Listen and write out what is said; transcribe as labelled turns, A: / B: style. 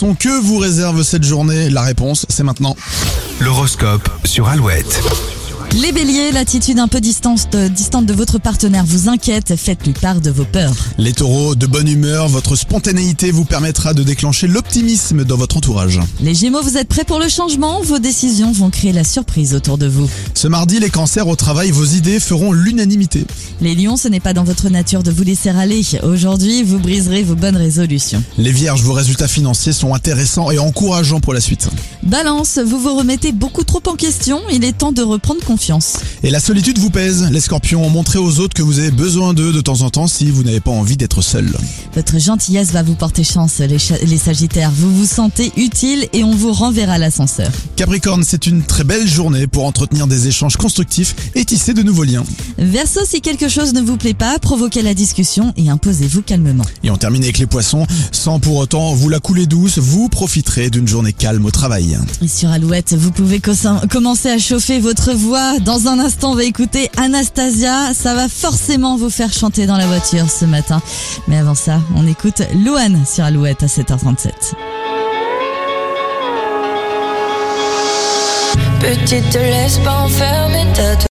A: Donc que vous réserve cette journée La réponse, c'est maintenant.
B: L'horoscope sur Alouette.
C: Les béliers, l'attitude un peu distante, distante de votre partenaire vous inquiète, faites-lui part de vos peurs.
A: Les taureaux, de bonne humeur, votre spontanéité vous permettra de déclencher l'optimisme dans votre entourage.
C: Les gémeaux, vous êtes prêts pour le changement, vos décisions vont créer la surprise autour de vous.
A: Ce mardi, les cancers au travail, vos idées feront l'unanimité.
C: Les lions, ce n'est pas dans votre nature de vous laisser aller. Aujourd'hui, vous briserez vos bonnes résolutions.
A: Les vierges, vos résultats financiers sont intéressants et encourageants pour la suite.
C: Balance, vous vous remettez beaucoup trop en question, il est temps de reprendre confiance.
A: Et la solitude vous pèse, les scorpions, montrez aux autres que vous avez besoin d'eux de temps en temps si vous n'avez pas envie d'être seul.
C: Votre gentillesse va vous porter chance, les, cha- les sagittaires. Vous vous sentez utile et on vous renverra l'ascenseur.
A: Capricorne, c'est une très belle journée pour entretenir des échanges constructifs et tisser de nouveaux liens.
C: Verseau, si quelque chose ne vous plaît pas, provoquez la discussion et imposez-vous calmement.
A: Et on termine avec les poissons, sans pour autant vous la couler douce, vous profiterez d'une journée calme au travail.
C: Et Sur Alouette, vous pouvez cossin- commencer à chauffer votre voix. Dans un instant, on va écouter Anastasia. Ça va forcément vous faire chanter dans la voiture ce matin. Mais avant ça, on écoute Louane sur Alouette à 7h37.
D: Petite, te laisse pas enfermer, t'as tout